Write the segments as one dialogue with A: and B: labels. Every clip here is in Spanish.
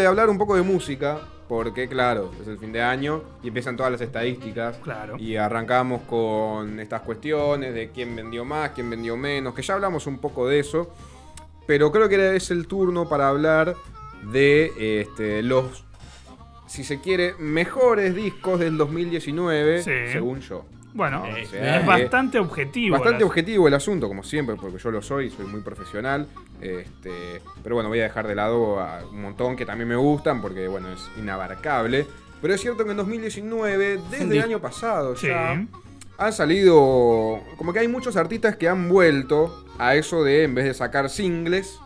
A: de hablar un poco de música, porque claro, es el fin de año y empiezan todas las estadísticas.
B: Claro.
A: Y arrancamos con estas cuestiones de quién vendió más, quién vendió menos, que ya hablamos un poco de eso. Pero creo que es el turno para hablar de este, los, si se quiere, mejores discos del 2019,
B: Sí.
A: según yo.
B: Bueno,
A: Eh,
B: es
A: eh.
B: bastante objetivo.
A: Bastante
B: las-
A: objetivo el asunto, como siempre, porque yo lo soy, soy muy profesional. Este, pero bueno, voy a dejar de lado a un montón que también me gustan, porque bueno, es inabarcable. Pero es cierto que en 2019, desde el
C: dis-
A: año pasado
B: Sí.
A: ya, han salido. Como que hay muchos artistas que han vuelto a eso de, en vez de sacar singles,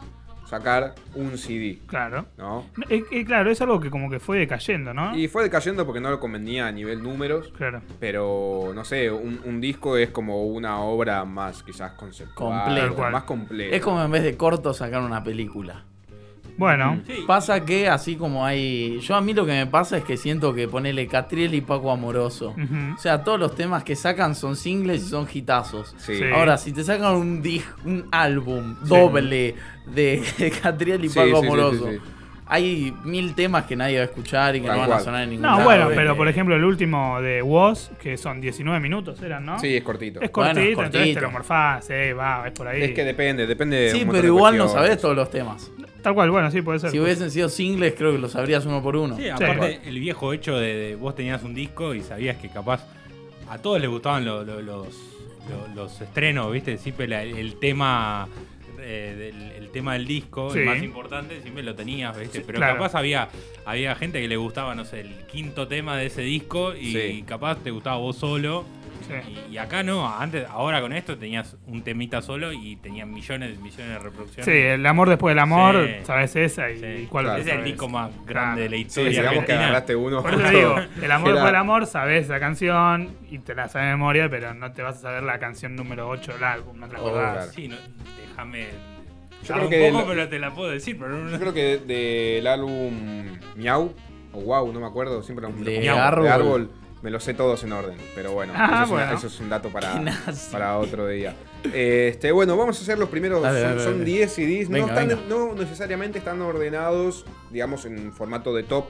A: sacar un CD,
B: Claro.
A: ¿no?
B: No, eh, eh, claro, es algo que como que fue decayendo, ¿no?
A: Y fue decayendo porque no lo convenía a nivel números.
B: Claro.
A: Pero, no sé, un, un disco es como una obra más quizás conceptual,
C: Completa.
B: Tal cual.
A: más completa.
C: Es como en vez de corto sacar una película.
B: Bueno,
C: Pasa que así como hay... Yo a mí lo que me pasa es que siento que ponele Catriel y Paco Amoroso.
A: Mm.
B: Ujú.
C: O sea, todos los temas que sacan son singles y son hitazos.
A: Sí.
B: Sí.
C: Ahora, si te sacan un, dis- un álbum doble de Catriel y
A: Sí,
C: Paco
A: sí, sí,
C: Amoroso,
A: sí, sí.
C: hay mil temas que nadie va a escuchar y que
A: Tal
C: no van
A: cual.
C: a sonar en ningún
B: no,
C: lado,
B: bueno,
C: ¿viste?
B: pero por ejemplo el último de Woz, que son 19 minutos, eran, ¿no?
A: Sí, es cortito.
B: Es cortito,
C: Bueno, es
B: entonces te
C: cortito.
B: lo morfás, eh, va, es por ahí.
A: Es que depende, depende de un
C: Sí,
A: montón
C: pero
A: de
C: igual no
A: cuestiones.
C: sabés todos los temas.
B: Tal cual, bueno, sí, puede ser.
C: Si hubiesen sido singles, creo que los sabrías uno por uno. Ah,
D: Sí,
B: Sí.
D: aparte el viejo hecho de, de vos tenías un disco y sabías que capaz a todos les gustaban lo- lo- los, lo- los estrenos, ¿viste? Siempre la- el tema eh, del, el tema del disco,
B: Sí.
D: el más importante, siempre lo tenías, ¿viste?
B: Sí,
D: Pero
B: claro.
D: capaz había, había gente que le gustaba, no sé, el quinto tema de ese disco y
A: Sí.
D: capaz te gustaba vos solo.
B: Sí.
D: Y, y acá no, antes, ahora con esto tenías un temita solo y tenían millones y millones de reproducciones.
B: Sí, el amor después del amor,
D: Sí.
B: sabes esa y,
D: Sí.
B: y cuál
A: Claro.
D: Ese es el
B: sabés.
D: disco más grande de la
A: Sí,
D: historia.
A: digamos que
D: argentina.
A: agarraste uno.
B: Por eso te
A: justo.
B: digo, el amor
A: Era-
B: por el amor, sabes la canción y te la sabes de memoria, pero no te vas a saber la canción número 8 del álbum, no te la
C: Oh,
B: acordás.
A: claro.
D: Sí, no, déjame.
A: Yo
D: Ah,
A: creo
D: un
A: que
D: poco,
A: del-
D: pero te la puedo decir, pero no.
A: Yo creo que del álbum Miau o Wow, no me acuerdo, siempre lo me lo
C: De
A: confundía,
C: Árbol.
A: me los sé todos en orden, pero bueno,
B: Ah,
A: eso, es una-
B: bueno.
A: eso es un dato para,
C: Qué nazi.
A: para otro día. Este, bueno, vamos a hacer los primeros,
C: Dale,
A: son-
C: dale,
A: son
C: dale.
A: 10 CDs, no,
C: Venga,
A: están-
C: venga.
A: no necesariamente están ordenados, digamos, en formato de top,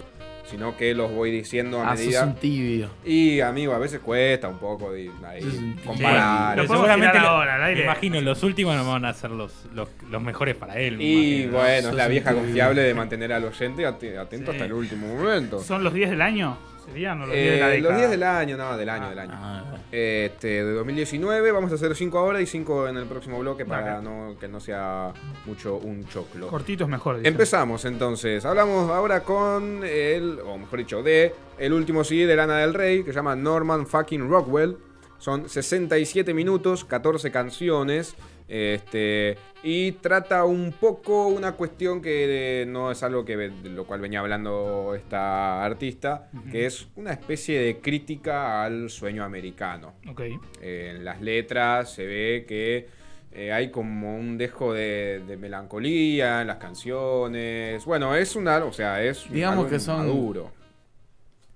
A: sino que los voy diciendo a
C: Ah, sos
A: medida...
C: un tibio.
A: Y amigo, a veces cuesta un poco de ahí
C: Sí, sí.
A: comparar.
B: Lo
D: Pero
A: eso.
B: podemos
D: seguramente
B: tirar
D: lo-
B: ahora, al aire.
D: Me imagino, los últimos no van a ser los, los, los mejores para él. me
A: Y
D: imagino, ¿no?
A: bueno, es
C: Sos
A: la
C: un
A: vieja
C: tibio.
A: confiable de mantener al oyente ati- atento
D: Sí.
A: hasta el último momento.
B: ¿Son los 10 del año? ¿Serían o los 10 de la
A: Eh,
B: década?
A: los días del año, no, del año,
B: Ah,
A: del año.
C: Ah,
A: Este, de 2019, vamos a hacer 5 ahora y 5 en el próximo bloque para
B: Vale.
A: no, que no sea mucho un choclo.
B: Cortito es mejor. dicen.
A: Empezamos entonces, hablamos ahora con el, o mejor dicho, de el último CD de Lana del Rey, que se llama Norman fucking Rockwell. Son 67 minutos, 14 canciones, este, y trata un poco una cuestión que eh, no es algo que, ve- de lo cual venía hablando esta artista, que es una especie de crítica al sueño americano.
B: Ok.
A: Eh, en las letras se ve que eh, hay como un dejo de, de melancolía en las canciones. Bueno, es un álbum, o sea, es un
C: Digamos
A: álbum
C: que son-
A: maduro.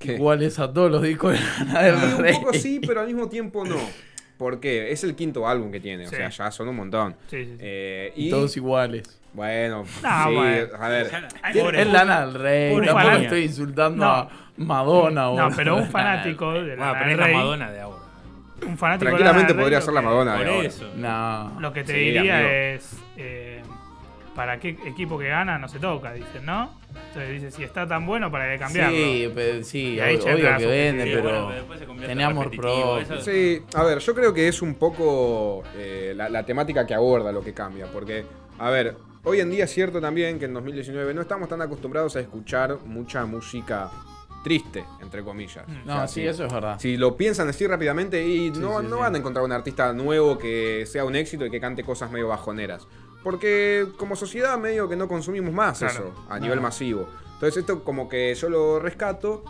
A: ¿Qué?
C: Iguales a todos los discos de Lana
A: Y
C: del
A: un
C: Rey.
A: poco sí, pero al mismo tiempo no. Porque es el quinto álbum que tiene,
B: Sí.
A: o sea, ya son un montón.
B: Sí, sí, sí.
A: Eh,
C: Y
A: y
C: todos iguales.
A: bueno,
B: Ah,
A: sí,
B: bueno.
A: a ver,
D: Ya la-
B: Pobre-
D: Pobre.
C: Es Lana del Rey.
D: Pobre
C: Tampoco
D: fanático.
C: estoy insultando
B: No.
C: a Madonna.
B: no,
C: boludo.
B: pero un fanático de
D: Bueno,
B: Lana
D: pero
B: del
D: es la
B: Rey,
D: Madonna de ahora.
B: Un fanático de Lana
A: tranquilamente
B: del Rey,
A: podría
B: lo
A: ser la
B: que-
A: Madonna
D: Por
A: de ahora.
D: eso.
C: No.
B: Lo que te
A: Sí,
B: diría
A: amigo.
B: es. eh, para qué equipo que gana no se toca, dicen, ¿no? Entonces dice, si está tan bueno, para que cambiarlo.
C: Sí, pero, sí
B: Y ahí
C: ob-
B: ya
C: obvio
B: entra
C: que
B: la
C: vende,
B: subjetividad.
D: Sí,
C: pero.
D: bueno, después se convierte en
C: tenía amor
D: repetitivo,
C: propio.
D: eso-
A: Sí, a ver, yo creo que es un poco eh, la, la temática que aborda lo que cambia, porque, a ver, hoy en día es cierto también que en 2019 no estamos tan acostumbrados a escuchar mucha música triste, entre comillas.
C: No, sí,
A: si-
C: eso es verdad.
A: Si lo piensan así rápidamente y no,
C: sí,
A: no
C: sí.
A: van a encontrar un artista nuevo que sea un éxito y que cante cosas medio bajoneras. Porque como sociedad medio que no consumimos más
B: Claro.
A: eso a nivel masivo. Entonces esto como que yo lo rescato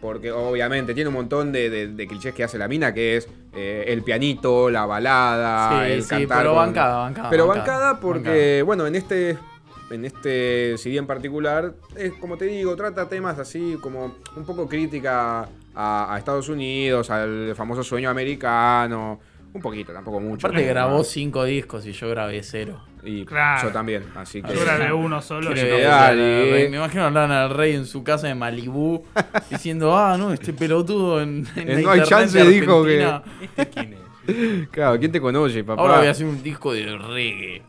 A: porque obviamente tiene un montón de, de- de clichés que hace la mina, que es eh, el pianito, la balada,
C: Sí,
A: el
C: sí,
A: cantar.
C: pero
A: con-
C: bancada, bancada,
A: Pero
C: bancada,
A: bancada porque, bueno, en este, en este CD en particular, es como te digo, trata temas así como un poco crítica a, a Estados Unidos, al famoso sueño americano, Un poquito, tampoco mucho.
C: Aparte grabó cinco discos y yo grabé cero.
A: Y
B: Claro.
A: yo también, así que.
B: Yo grabé uno solo.
C: Quiero
B: y-
A: que-
C: ver
A: Dale.
C: a Lana del Rey. Me imagino a Lana del Rey en su casa de Malibú diciendo, ah, no, este pelotudo en, en la
A: No hay
C: internet
A: chance,
C: de
A: dijo que-
C: Argentina".
D: ¿Este quién es?
A: Claro, ¿quién te conoce, papá?
C: Ahora voy a hacer un disco de reggae.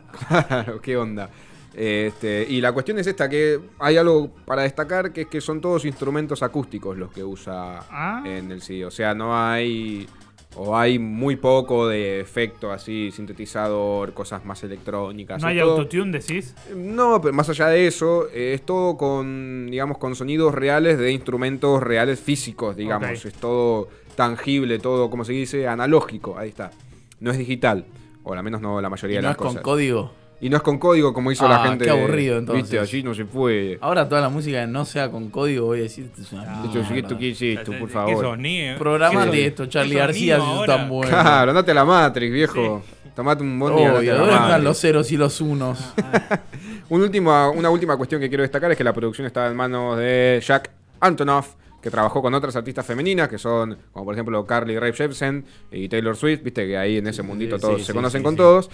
A: Claro, qué onda. Este, y la cuestión es esta, que hay algo para destacar, que es que son todos instrumentos acústicos los que usa
B: Ah.
A: en el CD. O sea, no hay... O hay muy poco de efecto así, sintetizador, cosas más electrónicas.
B: No
A: es
B: hay
A: todo-
B: autotune, decís.
A: No, pero más allá de eso, eh, es todo con, digamos, con sonidos reales de instrumentos reales físicos, digamos.
B: Ok.
A: Es todo tangible, todo, como se dice, analógico. Ahí está. No es digital. O al menos no la
C: Y
A: mayoría de
C: no
A: las
C: es con
A: cosas.
C: código.
A: Y no es con código como hizo
C: Ah,
A: la gente.
C: qué
A: de-
C: aburrido, entonces.
A: Viste, allí no se puede.
C: Ahora toda la música que no sea con código voy a decir, "Esto es una
D: Ah,
A: Esto,
C: mierda".
A: ¿qué- esto ¿Qué es esto, por favor?
D: eh?
C: Programate
D: de
C: esto, Charlie García, si sos tan bueno.
A: Claro, andate a la Matrix, viejo. Tomate un bondi y
C: Obvio,
A: andate a la
C: ¿dónde están
A: Matrix.
C: los ceros y los unos?
B: Ah.
A: Un último- una última cuestión que quiero destacar es que la producción está en manos de Jack Antonoff, que trabajó con otras artistas femeninas, que son, como por ejemplo Carly Rae Jepsen y Taylor Swift, viste que ahí en ese mundito
C: sí,
A: todos
C: sí,
A: se conocen
C: sí,
A: con
C: sí.
A: todos.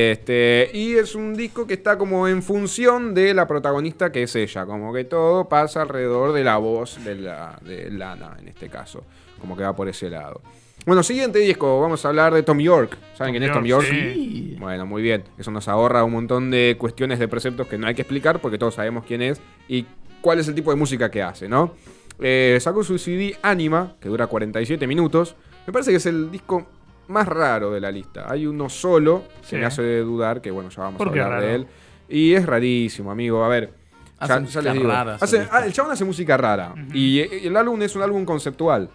A: Este, y es un disco que está como en función de la protagonista que es ella, como que todo pasa alrededor de la voz de, la, de Lana, en este caso, como que va por ese lado. Bueno, siguiente disco, vamos a hablar de Tom York. ¿Saben
B: Tom
A: quién es Tom York?
B: York, sí.
C: Sí.
A: Bueno, muy bien. Eso nos ahorra un montón de cuestiones de preceptos que no hay que explicar porque todos sabemos quién es y cuál es el tipo de música que hace, ¿no? Eh, sacó su CD Anima, que dura 47 minutos. Me parece que es el disco más raro de la lista. Hay uno solo que
B: Sí.
A: me hace dudar, que bueno, ya vamos a
B: ¿Por qué
A: hablar de
B: raro?
A: él. Y es rarísimo, amigo. A ver. ya-
C: Hace
A: ya,
C: música
A: les digo.
C: rara,
A: Hace-
C: solista.
A: ah, el chabón hace música rara. Y eh, el álbum es un álbum conceptual.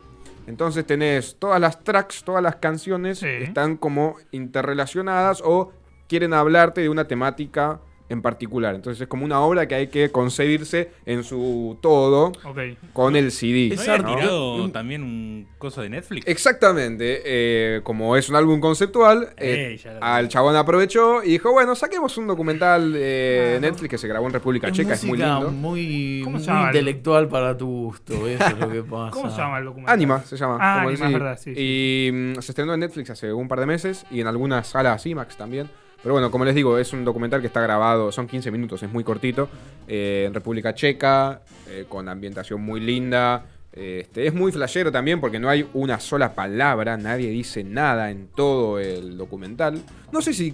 A: Entonces tenés todas las tracks, todas las canciones
B: Sí.
A: están como interrelacionadas o quieren hablarte de una temática en particular. Entonces es como una obra que hay que concebirse en su todo
B: Ok.
A: con el CD.
D: ¿No
C: Es
D: había
C: arte,
D: tirado
C: ¿no?
D: también un coso de Netflix?
A: Exactamente, eh, como es un álbum conceptual,
D: Eh,
A: eh,
D: ya lo
A: al
D: vi.
A: chabón aprovechó y dijo, bueno, saquemos un documental eh, de Netflix que se grabó en República
C: Es
A: Checa, es muy
C: música
A: lindo.
C: muy,
B: ¿Cómo
C: muy
B: se llama?
C: intelectual para tu gusto, eso es lo que pasa.
B: ¿Cómo se llama el documental?
A: Anima se llama.
B: Ah,
A: como
B: Anima,
A: el
B: es
A: CD.
B: verdad, sí, sí.
A: Y mm, se estrenó en Netflix hace un par de meses y en algunas salas IMAX también. Pero bueno, como les digo, es un documental que está grabado, son 15 minutos, es muy cortito, eh, en República Checa, eh, con ambientación muy linda. Este, es muy flashero también porque no hay una sola palabra, nadie dice nada en todo el documental. No sé si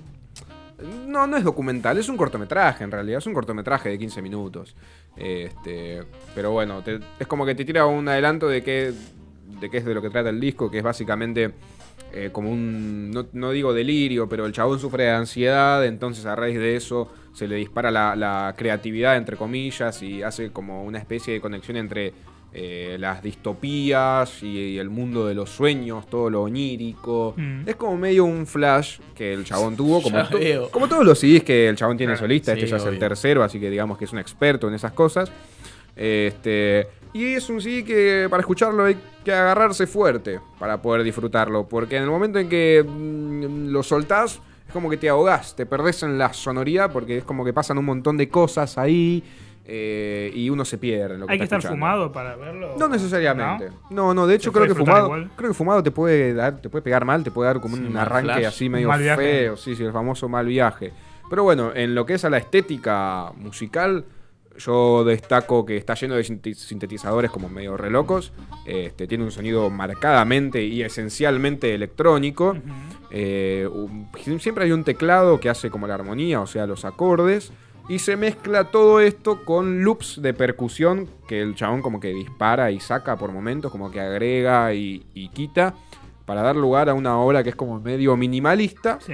A: no, no es documental, es un cortometraje en realidad, es un cortometraje de 15 minutos. Este, pero bueno, te- es como que te tira un adelanto de qué, de qué es de lo que trata el disco, que es básicamente eh, como un, no, no digo delirio, pero el chabón sufre de ansiedad, entonces a raíz de eso se le dispara la, la creatividad, entre comillas, y hace como una especie de conexión entre eh, las distopías y, y el mundo de los sueños, todo lo onírico.
B: Mm.
A: Es como medio un flash que el chabón tuvo, como,
C: Ya
A: to-
C: veo. Ah,
A: como todos los CDs que el chabón tiene solista, este
C: Sí,
A: ya es el
C: obvio.
A: tercero, así que digamos que es un experto en esas cosas. Este, y es un CD que para escucharlo hay que agarrarse fuerte para poder disfrutarlo, porque en el momento en que mm, lo soltás es como que te ahogás, te perdés en la sonoridad porque es como que pasan un montón de cosas ahí eh, y uno se pierde. en lo que
B: ¿Hay que
A: está
B: estar
A: escuchando.
B: fumado para verlo?
A: No necesariamente. No, no, de hecho
B: ¿Se
A: creo
B: puede
A: que
B: disfrutar
A: fumado,
B: igual?
A: creo que fumado te puede dar, te puede pegar mal, te puede dar como
C: Sí,
A: un
C: un
A: arranque
C: flash.
A: así
B: Un
A: medio
B: mal viaje.
A: feo, sí, sí, el famoso mal viaje. Pero bueno, en lo que es a la estética musical, yo destaco que está lleno de sinti- sintetizadores como medio relocos. Este, tiene un sonido marcadamente y esencialmente electrónico. Eh, un- siempre hay un teclado que hace como la armonía, o sea, los acordes. Y se mezcla todo esto con loops de percusión que el chabón como que dispara y saca por momentos, como que agrega y, y quita, para dar lugar a una obra que es como medio minimalista,
B: Sí.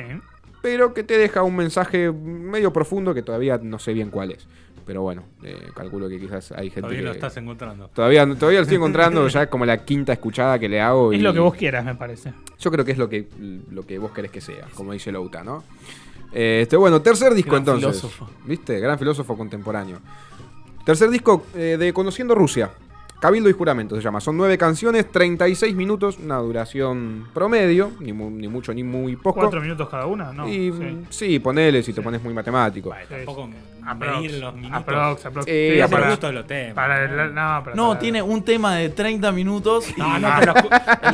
A: pero que te deja un mensaje medio profundo que todavía no sé bien cuál es. Pero bueno, eh, calculo que quizás hay gente
D: Todavía
A: que...
D: lo estás encontrando.
A: Todavía, todavía lo estoy encontrando, ya es como la quinta escuchada que le hago.
B: Es
A: y-
B: lo que vos quieras, me parece.
A: Yo creo que es lo que, lo que vos querés que sea, como dice Louta, ¿no? Eh, Este, bueno, tercer disco
C: Gran
A: entonces.
C: filósofo.
A: ¿Viste? Gran filósofo contemporáneo. Tercer disco eh, de Conociendo Rusia. Cabildo y Juramento se llama. Son nueve canciones, 36 minutos, una duración promedio, ni, mu- ni mucho ni muy poco.
B: ¿Cuatro minutos cada una? No.
A: y mm, sí,
B: sí.
A: ponele si te pones muy matemático.
D: Vale, tampoco
B: Aprox,
D: medir los minutos.
B: Aprox, aprox.
A: Sí,
B: Sí,
A: aprox.
D: Medir los
B: para,
D: gustos de los temas.
B: para el- no, pero
C: No,
B: para-
C: tiene un tema de 30 minutos y
D: No, no, pero escu-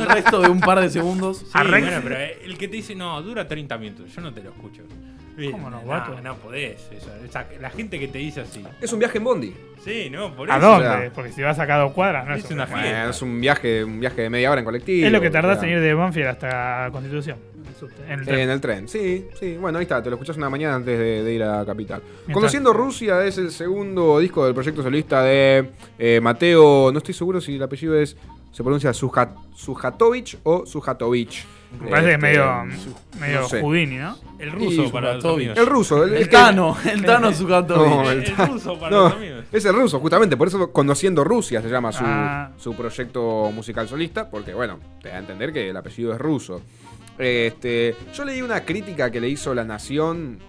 C: el resto de un par de segundos.
D: Sí,
B: A Rex-
D: bueno, pero eh, el que te dice, no, dura 30 minutos, yo no te lo escucho.
B: ¿Cómo no,
D: No,
B: guato?
D: no podés. eso, esa- la gente que te dice así.
A: Es un viaje en Bondi.
D: Sí, no, por
B: ¿A
D: eso.
A: o
B: dónde?
A: sea.
B: Porque si vas acá a dos cuadras, no
D: Es
B: es, un
D: una
B: viaje.
D: fiesta.
A: Bueno, es un viaje, un viaje de media hora en colectivo.
B: Es lo que tardás
A: o sea,
B: en ir de Banfield hasta Constitución. el subte, en el tren.
A: Eh, En el tren, sí, sí. Bueno, ahí está, te lo escuchás una mañana antes de, de ir a Capital.
B: Mientras-
A: Conociendo Rusia es el segundo disco del proyecto solista de eh, Mateo, no estoy seguro si el apellido es, se pronuncia Suja- Sujatovich o Sujatovich.
B: Me parece que es
A: Este,
B: medio, medio
A: no sé.
B: Houdini, ¿no?
D: El ruso
C: Y
D: para los
C: Zubatovic.
D: amigos.
A: El ruso, el,
C: El
A: el que-
C: Tano, el Tano su
A: No,
D: El, el ruso para
A: No,
D: los amigos.
A: es el ruso, justamente, por eso Conociendo Rusia se llama su,
B: Ah.
A: su proyecto musical solista, porque bueno, te da a entender que el apellido es ruso. Este, yo leí una crítica que le hizo La Nación,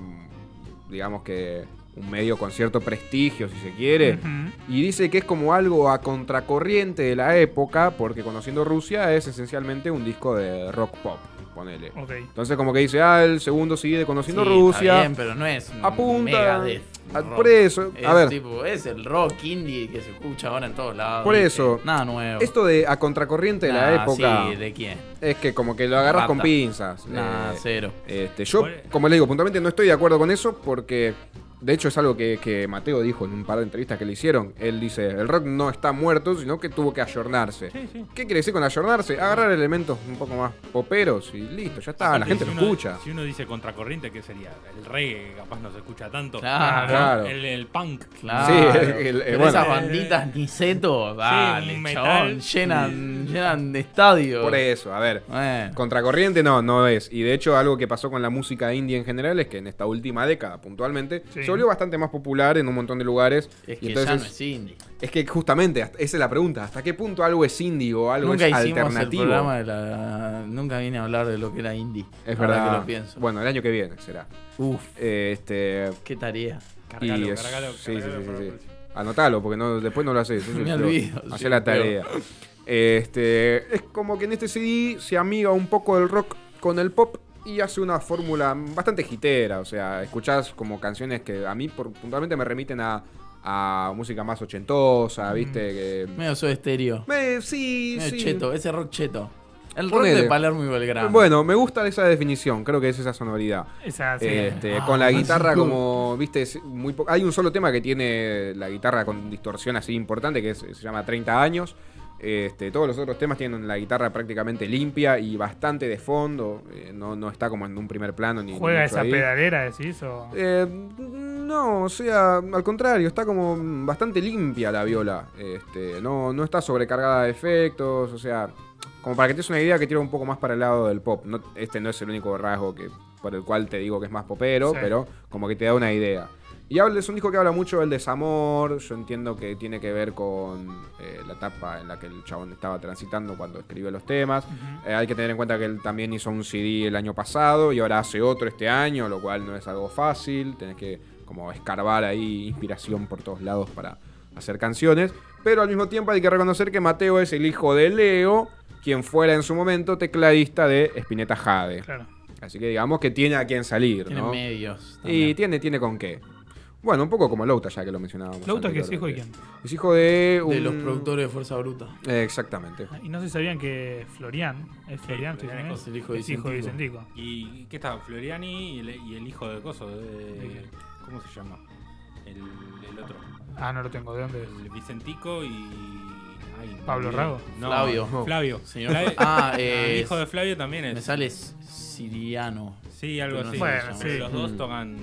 A: mm, digamos que un medio con cierto prestigio, si se quiere,
B: Ujú.
A: y dice que es como algo a contracorriente de la época, porque Conociendo Rusia es esencialmente un disco de rock pop, ponele.
B: Ok.
A: Entonces como que dice, ah, el segundo sigue de Conociendo Rusia.
C: Está bien, pero no es un
A: apunta
C: Megadeth
A: a-
C: rock.
A: por eso
C: Es
A: a ver
C: tipo, es el rock indie que se escucha ahora en todos lados.
A: Por
C: ¿viste?
A: eso.
C: Nada nuevo.
A: esto de a contracorriente de la
C: Nah,
A: época
C: Sí, ¿de quién?
A: es que como que lo agarras
C: Rata.
A: con pinzas
C: Nada,
A: eh,
C: cero.
A: este, yo
D: Por-
A: como le digo puntualmente no estoy de acuerdo con eso porque de hecho es algo que, que Mateo dijo en un par de entrevistas que le hicieron él dice el rock no está muerto sino que tuvo que ayornarse
D: Sí, sí.
A: ¿Qué quiere decir con ayornarse? Agarrar elementos un poco más poperos y listo, ya está, Ah, la
D: Aparte,
A: gente
D: si
A: lo
D: uno-
A: escucha.
D: Si uno dice contracorriente, ¿qué sería? El reggae, que capaz no se escucha tanto.
C: Claro.
A: Claro.
D: El, el punk.
C: Claro.
A: el- el- eh,
C: Pero
A: bueno.
C: esas banditas Niceto, dale,
D: un
C: chabón,
D: metal.
C: llenan, llenan de estadio.
A: Por eso, a ver,
C: Bueno.
A: Contracorriente no, no es. Y de hecho, algo que pasó con la música indie en general es que en esta última década, puntualmente,
B: Sí.
A: se volvió bastante más popular en un montón de lugares.
C: Es que
A: y entonces,
C: ya no es indie.
A: es que justamente, hasta- esa es la pregunta: ¿hasta qué punto algo es indie o algo
C: Nunca
A: es
C: hicimos
A: alternativo?
C: el programa de la... Nunca vine a hablar de lo que era indie.
A: Es
C: ahora
A: verdad.
C: que lo pienso.
A: Bueno, el año que viene será.
C: Uf,
A: Eh, este.
C: qué tarea.
D: Cargalo,
A: y es-
D: cargalo,
A: sí, sí,
D: cargalo
A: sí,
D: para
A: sí,
D: la
A: sí.
D: próxima.
A: Anotalo, porque no, después no lo haces. Eso
C: Me
A: es lo-
C: olvido,
A: Hacé
C: sí,
A: la tarea.
C: peor.
A: Este, es como que en este CD se amiga un poco el rock con el pop y hace una fórmula bastante hitera. O sea, escuchás como canciones que a mí por- puntualmente me remiten a, a música más
C: Mm.
A: ochentosa, ¿viste? Que,
C: Medio soy estéreo.
A: me, sí,
C: Medio
A: sí.
C: cheto, ese rock cheto. El rock
A: Ponele.
C: de Palermo y Belgrano.
A: Bueno, me gusta esa definición, creo que es esa sonoridad.
B: Esa, sí.
A: Este,
C: Ah,
A: con la
C: Francisco.
A: guitarra como, viste, es muy po- hay un solo tema que tiene la guitarra con distorsión así importante que es- se llama 30 años. Este, todos los otros temas tienen la guitarra prácticamente limpia y bastante de fondo. eh, no, no está como en un primer plano ni ni
B: ¿Juega
A: mucho
B: esa
A: ahí.
B: pedalera, decís? O...
A: Eh, no, o sea, al contrario, está como bastante limpia la viola. Este, no, no está sobrecargada de efectos, o sea, como para que te des una idea que tira un poco más para el lado del pop. No- este no es el único rasgo que, por el cual te digo que es más popero,
B: Sí.
A: pero como que te da una idea. Y habla- es un disco que habla mucho del desamor, yo entiendo que tiene que ver con eh, la etapa en la que el chabón estaba transitando cuando escribió los temas. Eh, hay que tener en cuenta que él también hizo un CD el año pasado y ahora hace otro este año, lo cual no es algo fácil. Tenés que como escarbar ahí inspiración por todos lados para hacer canciones. Pero al mismo tiempo hay que reconocer que Mateo es el hijo de Leo, quien fuera en su momento tecladista de Spinetta Jade.
B: Claro.
A: Así que digamos que tiene a quien salir,
C: Tiene
A: ¿no?
C: medios.
A: Y
C: también.
A: tiene, tiene con qué. Bueno, un poco como Louta, ya que lo mencionábamos.
B: Lauta que es hijo de
A: anteriormente.
B: quién.
A: Es hijo de un...
C: De los productores de Fuerza Bruta.
A: Eh, exactamente.
B: Y no se sabían que Florian. Es Florian,
D: Florian
B: ¿sí?
D: es
C: el hijo de
B: Es hijo de
C: Vicentico.
B: Vicentico.
D: ¿Y qué está? Floriani y el, y el hijo de Coso. de- ¿Cómo se llama? El, el otro.
B: Ah, no lo tengo. ¿De dónde es?
D: El Vicentico y. ay, me
B: ¿Pablo
D: olvidé.
B: Rago?
C: Flavio.
D: Flavio.
C: Señor-
D: Flavio-
C: Ah,
D: el
C: eh,
D: hijo de Flavio también
C: Me
D: es.
C: sale s- siriano.
D: Sí, algo
C: Pero no Mm.
D: así.
B: sé Bueno, cómo se sí.
D: Los
B: llama.
D: dos tocan.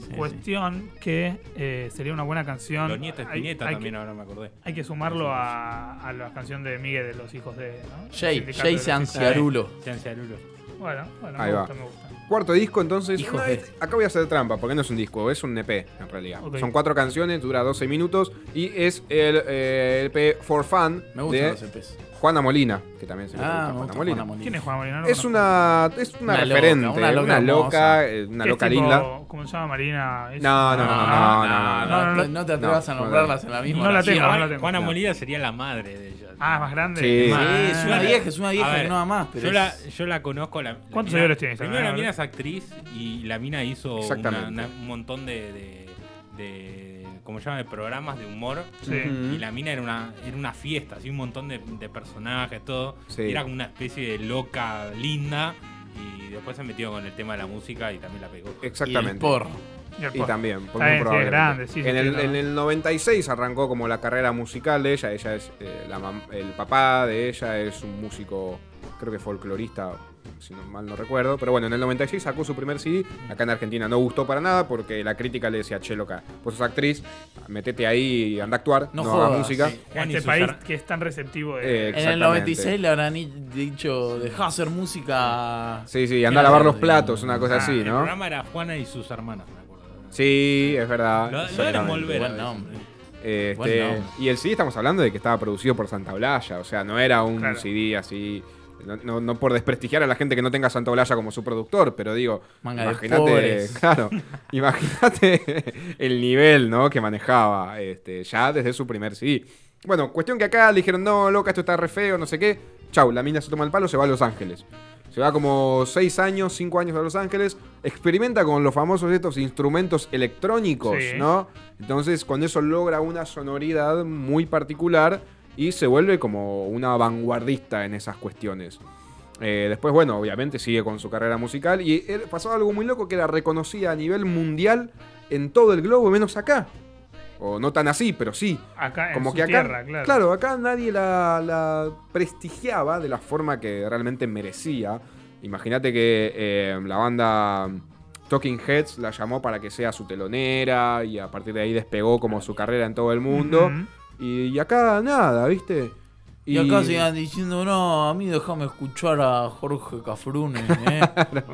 C: sí.
B: Cuestión que eh, sería una buena canción.
D: Los nietos
B: Hay-
D: Spinetta
B: hay que-
D: también, ahora me acordé.
B: Hay que sumarlo a, a la canción de Miguel de los hijos de. ¿no?
C: Jay,
B: Sindicato
C: Jay
B: de los hijos.
C: Seanciarulo.
D: Cianciarulo.
B: Bueno, bueno,
A: Ahí
B: me
A: va.
B: gusta, me gusta.
A: Cuarto disco, entonces.
C: Hijo
A: no,
C: de-
A: es- Acá voy a hacer trampa, porque no es un disco, es un EP en realidad.
B: Ok.
A: Son cuatro canciones, dura 12 minutos. Y es el eh, EP For Fun
C: Me gustan los
A: de
C: EPs.
A: Juana Molina, que también se le
C: Ah,
A: pregunta
C: me
A: a
C: gusta
A: Juana Molina.
C: Juana Molina.
B: ¿Quién es Juan Molina? No
A: Es
B: conozco.
A: una, es una,
C: Una loca,
A: referente,
C: una loca
A: una loca,
C: hermosa.
A: eh, una
B: Que es
A: loca
B: tipo-
A: linda.
B: ¿Cómo se llama Marina? Es- Ah,
A: No, no, no, no, no, no, no,
B: no, no,
C: Ah, No, no te atrevas
A: no,
C: a nombrarlas en la misma.
B: no la
C: oración.
B: tengo, no la tengo.
D: Juana Molina sería la madre de ella.
B: Ah, es más grande.
A: Sí.
B: Más-
C: Sí, es una
D: Ah.
C: vieja, es una vieja
D: A ver,
C: que no da más, pero
D: Yo
C: es-
D: la, yo la conozco. La, la
B: ¿Cuántos
D: mina-
B: seguidores tiene esta
D: Primero la
B: mina?
D: mina es actriz y la mina hizo una-
A: Exactamente.
D: una- un montón de, de, de- ¿cómo se llama? de programas de humor.
B: Sí.
A: Ujú.
D: Y la mina era una, era una fiesta, así un montón de, de personajes, todo.
A: Sí.
D: Y Era como una especie de loca linda. Y después se metió con el tema de la música y también la pegó.
A: Este
C: Y el
A: Exactamente.
C: porro.
B: Y el
A: Y
B: porro.
A: también,
B: Está
A: por
B: bien,
A: muy
B: sí,
A: probable.
B: es grande, sí, sí,
A: en, el,
B: tiene
A: en
B: la-
A: el 96 arrancó como la carrera musical de ella. Ella es eh, la mam- el papá de ella es un músico, creo que folclorista, si no mal no recuerdo. Pero bueno, en el 96 sacó su primer CD. Acá en Argentina no gustó para nada porque la crítica le decía, che, loca, vos sos actriz, metete ahí y anda a actuar, no,
C: No
A: hagas
C: jodas,
A: música.
C: sí.
B: En
D: Juan y
B: este
D: su
B: país
D: ser-
B: que es tan receptivo
A: Eh,
B: de...
C: En el
A: exactamente.
C: 96 le habrán i- dicho, dejá hacer música.
A: Sí, sí, anda a lavar los platos, una cosa
B: Ah,
A: así,
D: El
A: ¿no?
D: programa era Juana y sus hermanas, me acuerdo.
A: Sí, es verdad.
D: Lo- lo
A: exactamente.
D: era Molver.
C: Buen nombre.
A: Este,
C: Buen nombre.
A: y el CD estamos hablando de que estaba producido por Santa Olalla, o sea, no era un
B: Claro.
A: CD así. No, no- no por desprestigiar a la gente que no tenga a Santa Olalla como su productor, pero digo,
C: Manga de
A: imagínate,
C: pobres.
A: claro, imagínate el nivel ¿no? que manejaba este, ya desde su primer CD. Bueno, cuestión que acá le dijeron, no, loca, esto está re feo, no sé qué. Chau, la mina se toma el palo, se va a Los Ángeles. Se va como 6 años, 5 años a Los Ángeles. Experimenta con los famosos estos instrumentos electrónicos,
B: Sí.
A: ¿no? Entonces, con eso logra una sonoridad muy particular y se vuelve como una vanguardista en esas cuestiones. Eh, después, bueno, obviamente sigue con su carrera musical y él- pasaba algo muy loco que era reconocida a nivel mundial en todo el globo, menos acá. O no tan así, pero sí.
B: Acá en
A: Como
B: su
A: que acá,
B: tierra, claro.
A: acá nadie la, la prestigiaba de la forma que realmente merecía. Imagínate que eh, la banda Talking Heads la llamó para que sea su telonera y a partir de ahí despegó como su carrera en todo el mundo.
B: Ujú.
A: y, y acá nada, ¿viste?
C: Y acá sigan diciendo, no, a mí déjame escuchar a Jorge Cafrune, ¿eh?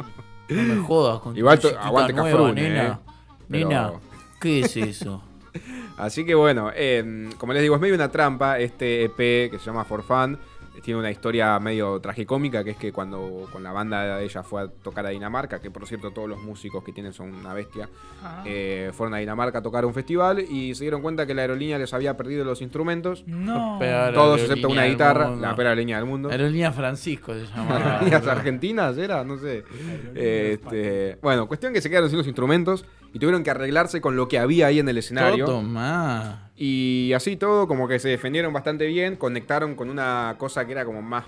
C: no me jodas con tu
A: Igual to-
C: chiquita
A: aguante
C: nueva,
A: Cafrune,
C: nena.
A: Pero-
C: eh. Nena, ¿qué es eso?
A: Así que bueno, eh, como les digo, es medio una trampa este EP que se llama For Fun. Tiene una historia medio tragicómica, que es que cuando con la banda ella fue a tocar a Dinamarca, que por cierto todos los músicos que tienen son una bestia,
B: Ah.
A: eh, fueron a Dinamarca a tocar un festival y se dieron cuenta que la aerolínea les había perdido los instrumentos,
B: No.
C: Peor. La
A: todos
C: aerolínea
A: excepto una
C: del
A: guitarra,
C: mundo.
A: la peor aerolínea del mundo.
C: Aerolínea Francisco se llamaba.
A: Aerolíneas argentinas, ¿era? No sé. Este, bueno, cuestión que se quedaron sin los instrumentos y tuvieron que arreglarse con lo que había ahí en el escenario.
C: Toto, ma.
A: Y así todo, como que se defendieron bastante bien, conectaron con una cosa que era como más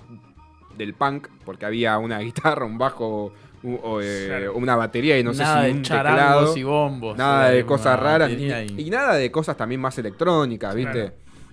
A: del punk, porque había una guitarra, un bajo, u- o, eh,
B: Claro.
A: una batería y no
C: nada
A: sé si
C: de
A: un
C: charangos
A: teclado,
C: y bombos.
A: nada
C: Era
A: de
C: una
A: cosas raras
C: batería
A: y-
C: y-
A: y nada de cosas también más electrónicas, ¿viste?
B: Claro.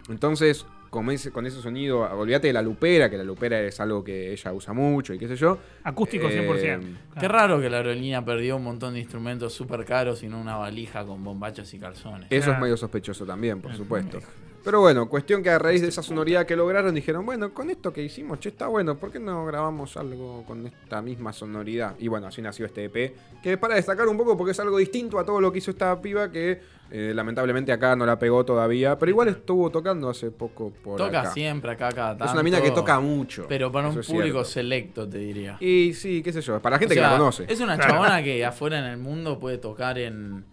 A: Entonces, con ese, con ese sonido, olvídate de la lupera, que la lupera es algo que ella usa mucho y qué sé yo.
B: Acústico
A: Eh,
B: 100%.
C: Qué raro que la aerolínea perdió un montón de instrumentos súper caros y no una valija con bombachos y calzones.
A: Eso es
B: Claro.
A: medio sospechoso también, por supuesto. Pero bueno, cuestión que a raíz
C: Este
A: de esa sonoridad que lograron dijeron, bueno, con esto que hicimos, che, está bueno, ¿por qué no grabamos algo con esta misma sonoridad? Y bueno, así nació este EP, que es para destacar un poco porque es algo distinto a todo lo que hizo esta piba que eh, lamentablemente acá no la pegó todavía, pero igual estuvo tocando hace poco por
C: Toca
A: acá.
C: siempre acá cada tanto.
A: es una mina que toca mucho.
C: Pero para un
A: eso es
C: público
A: cierto.
C: selecto, te diría.
A: Y sí, qué sé yo, para la gente
C: O sea,
A: que la conoce.
C: Es una
B: Claro.
C: chabona que afuera en el mundo puede tocar en,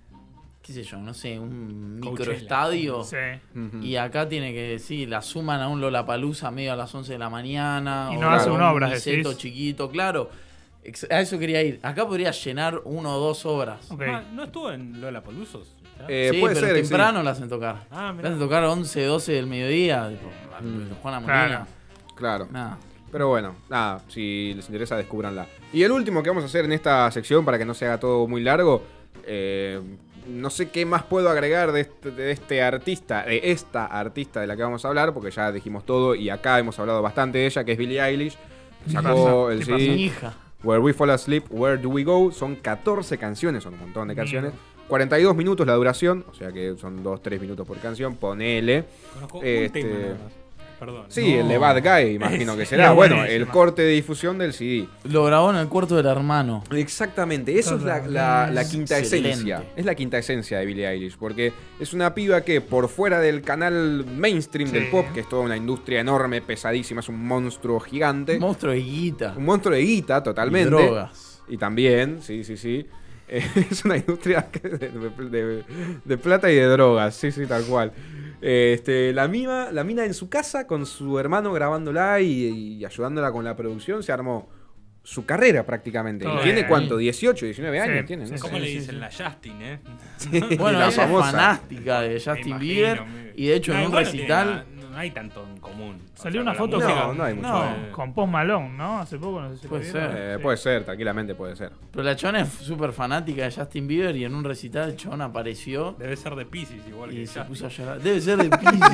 C: qué sé yo, no sé, un
D: Coachella.
C: microestadio.
B: Sí.
A: Ujú.
C: Y acá tiene que, sí, la suman a un Lollapalooza medio a las 11 de la mañana.
B: Y
C: o
B: no
A: hace
C: a
B: una obra,
C: Un Niceto
B: decís.
C: chiquito, claro. Ex- A eso quería ir. Acá podría llenar uno o dos obras.
B: Ok.
D: Ah, ¿No estuvo en Lola Palusos?
A: Eh,
C: sí,
A: puede
C: pero
A: ser, sí.
C: temprano las hacen tocar.
D: Ah,
C: las
D: mirá.
C: hacen tocar 11, 12 del mediodía. Tipo,
A: Mm.
C: Juana Molina.
B: Claro.
A: Claro.
C: Nada.
A: Pero bueno, nada, si les interesa, descubranla. Y el último que vamos a hacer en esta sección, para que no se haga todo muy largo, eh, no sé qué más puedo agregar de este, de este artista, de esta artista de la que vamos a hablar, porque ya dijimos todo y acá hemos hablado bastante de ella, que es Billie Eilish. Sacó
B: pasa?
A: el
B: ¿Qué
A: CD
C: Mi hija.
A: Where We Fall Asleep, Where Do We Go. Son 14 canciones, son un montón de
B: Mierda.
A: canciones. 42 minutos la duración, o sea que son 2-3 minutos por canción, ponele.
D: Conozco
A: Este,
D: un tema nada más. perdón.
A: Sí,
C: No.
A: el de Bad Guy, imagino que
B: Sí,
A: será.
B: es
A: Bueno, el
B: buenísima.
A: corte de difusión del CD.
C: Lo grabó en el cuarto del hermano.
A: Exactamente, eso es la, la- la quinta
C: Excelente.
A: esencia. Es la quinta esencia de Billie Eilish, porque es una piba que por fuera del canal mainstream del
B: Sí.
A: pop, que es toda una industria enorme, pesadísima, es un monstruo gigante,
C: Monstruo de guita.
A: un monstruo de guita totalmente.
C: Y drogas.
A: Y también, sí, sí, sí. Eh, es una industria que- de, de- de plata y de drogas, sí, sí, tal cual. Eh, Este, la, mina, la mina en su casa con su hermano grabándola y, y ayudándola con la producción se armó su carrera prácticamente.
B: Todo
A: ¿Y tiene
B: bien.
A: cuánto? ¿18, 19
B: Sí,
A: años? tiene, ¿no?
B: sí,
D: ¿Cómo
B: sí,
D: le
B: sí,
D: dicen la Justin, eh?
C: Bueno,
A: la
C: ella es
A: famosa.
C: fanática de Justin
D: Me
C: Bieber.
D: imagino, me-
C: Y de hecho,
D: No,
C: en un
D: igual no tiene
C: recital.
D: nada- No hay tanto en común. O
B: Salió
D: sea,
B: una
D: con la
B: foto
D: música- Eh,
A: No, no hay mucho.
B: No, con Post Malone, ¿no? Hace poco no sé si lo
C: Puede
B: vieron.
C: ser.
A: Eh,
B: Sí.
A: Puede ser, tranquilamente puede ser.
C: Pero la chona es súper fanática de Justin Bieber y en un recital Chon apareció
D: Debe ser de Pisces igual que
C: y se
D: Justin.
C: puso a llorar. Debe ser de Pisces.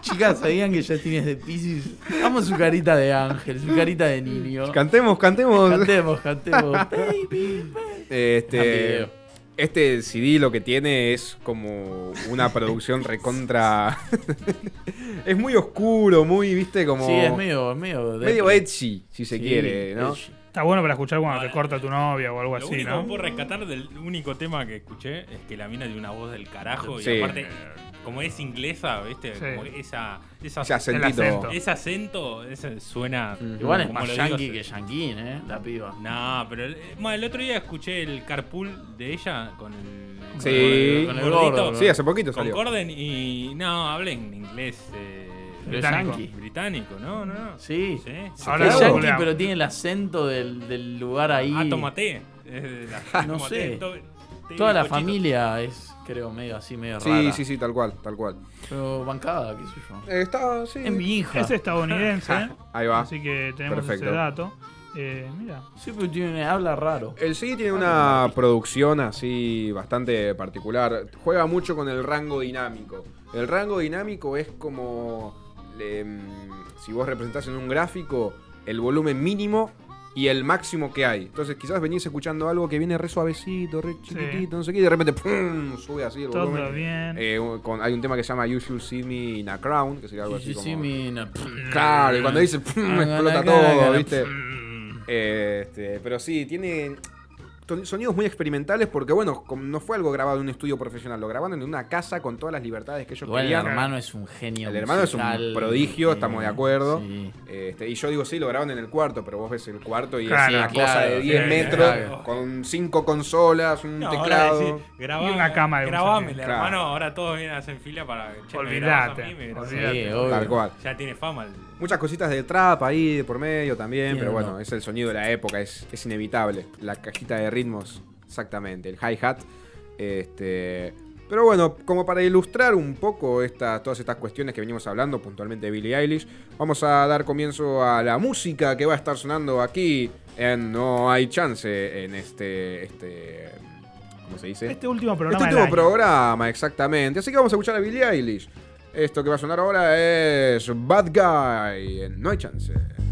C: Chicas, ¿sabían que Justin es de Pisces? Amo su carita de ángel, su carita de niño.
A: Cantemos, cantemos.
C: Cantemos, cantemos. Baby, baby.
A: Este,
C: Cambio.
A: este CD lo que tiene es como una producción recontra. es muy oscuro, muy, viste, como.
C: Sí, es medio, es medio.
A: medio
C: depre.
A: edgy, si se
C: Sí,
A: quiere, ¿no?
C: edgy.
B: Está bueno para escuchar cuando
D: Ahora,
B: te corta tu novia o algo
D: Lo
B: así,
D: único
B: ¿no?
D: que puedo rescatar del único tema que escuché es que la mina tiene una voz del carajo
A: Sí.
D: y aparte, como es inglesa, ¿viste?
B: Sí.
D: Como que esa, esa-
A: Ese
B: El
A: acentito.
B: acento.
D: ese acento ese suena.
A: Mm.
C: Igual es
D: como
C: más
D: lo digo,
C: yankee
D: se-
C: que yanquín, ¿eh? La piba.
D: No, pero el, bueno, el otro día escuché el carpool de ella con el.
A: Sí.
D: con el,
C: Con el
D: gordito,
C: gordo,
A: Sí, hace poquito
D: Con
A: salió.
D: Corden y. No, habla en inglés. eh,
C: Pero es
B: Británico.
C: yankee.
D: británico, ¿no? No, no.
C: Sí.
D: Sí.
B: Ahora
C: es
B: lo
C: yankee,
B: googleamos.
C: pero tiene el acento del, del lugar ahí.
D: Ah, tomate. Eh, la-
C: No
D: tomate,
C: sé.
D: to- té y
C: Toda la
D: bizcochito.
C: familia es, creo, medio así, medio
A: Sí,
C: rara.
A: sí, sí, tal cual, tal cual.
C: Pero bancada, qué sé yo.
A: Eh, está, sí.
C: Es mi hija.
B: Es estadounidense, ¿eh?
A: Ahí va.
B: así que tenemos
A: Perfecto.
B: ese dato. Eh, mira,
C: Siempre tiene, habla raro.
A: El CD tiene una producción así bastante particular. Juega mucho con el rango dinámico. El rango dinámico es como. le- mm, si vos representás en un gráfico el volumen mínimo y el máximo que hay. Entonces quizás venís escuchando algo que viene re suavecito, re chiquitito, no sé qué, y de repente ¡pum! sube así el
B: todo
A: volumen.
B: bien.
A: Eh, con- hay un tema que se llama You Should See Me in a Crown, que sería algo
C: Sí,
A: así
C: sí, sí,
A: como-
C: mina.
A: Claro, y cuando dice ¡pum!
C: Ah,
A: explota
C: gana, gana,
A: todo,
C: gana,
A: ¿viste?
D: Mm.
A: Este, pero sí, tiene ton- sonidos muy experimentales porque, bueno, com- no fue algo grabado en un estudio profesional, lo grabaron en una casa con todas las libertades que ellos
C: Igual el
A: querían.
C: hermano es un genio.
A: El hermano es un
C: musical,
A: prodigio,
C: eh,
A: estamos de acuerdo.
C: sí.
A: Este, y yo digo, sí, lo grabaron en el cuarto, pero vos ves el cuarto y es
B: Claro,
A: una
C: claro,
A: cosa de
C: sí,
A: 10
D: sí,
A: metros
D: claro.
A: con cinco consolas, un
D: No, ahora
A: teclado.
D: decís, grabá-
B: Y una cama de un
D: grabame,
B: sonido.
A: Claro.
D: hermano. Ahora todos vienen a hacer fila para. che, me grabás
B: Olvídate,
D: a mí, me grabás a mí.
B: olvídate.
C: Sí, obvio.
A: Tal cual.
D: Ya tiene fama. el-
A: Muchas cositas de trap ahí de por medio también,
C: Tiene
A: pero bueno,
C: uno.
A: es el sonido de la época, es, es inevitable. La cajita de ritmos, exactamente, el hi-hat. Este, pero bueno, como para ilustrar un poco esta- todas estas cuestiones que venimos hablando, puntualmente de Billie Eilish, vamos a dar comienzo a la música que va a estar sonando aquí en No Hay Chance, en este. este ¿Cómo se dice?
B: Este último programa.
A: Este último
B: del año.
A: programa, exactamente. Así que vamos a escuchar a Billie Eilish. Esto que va a sonar ahora es Bad Guy. en No hay chance.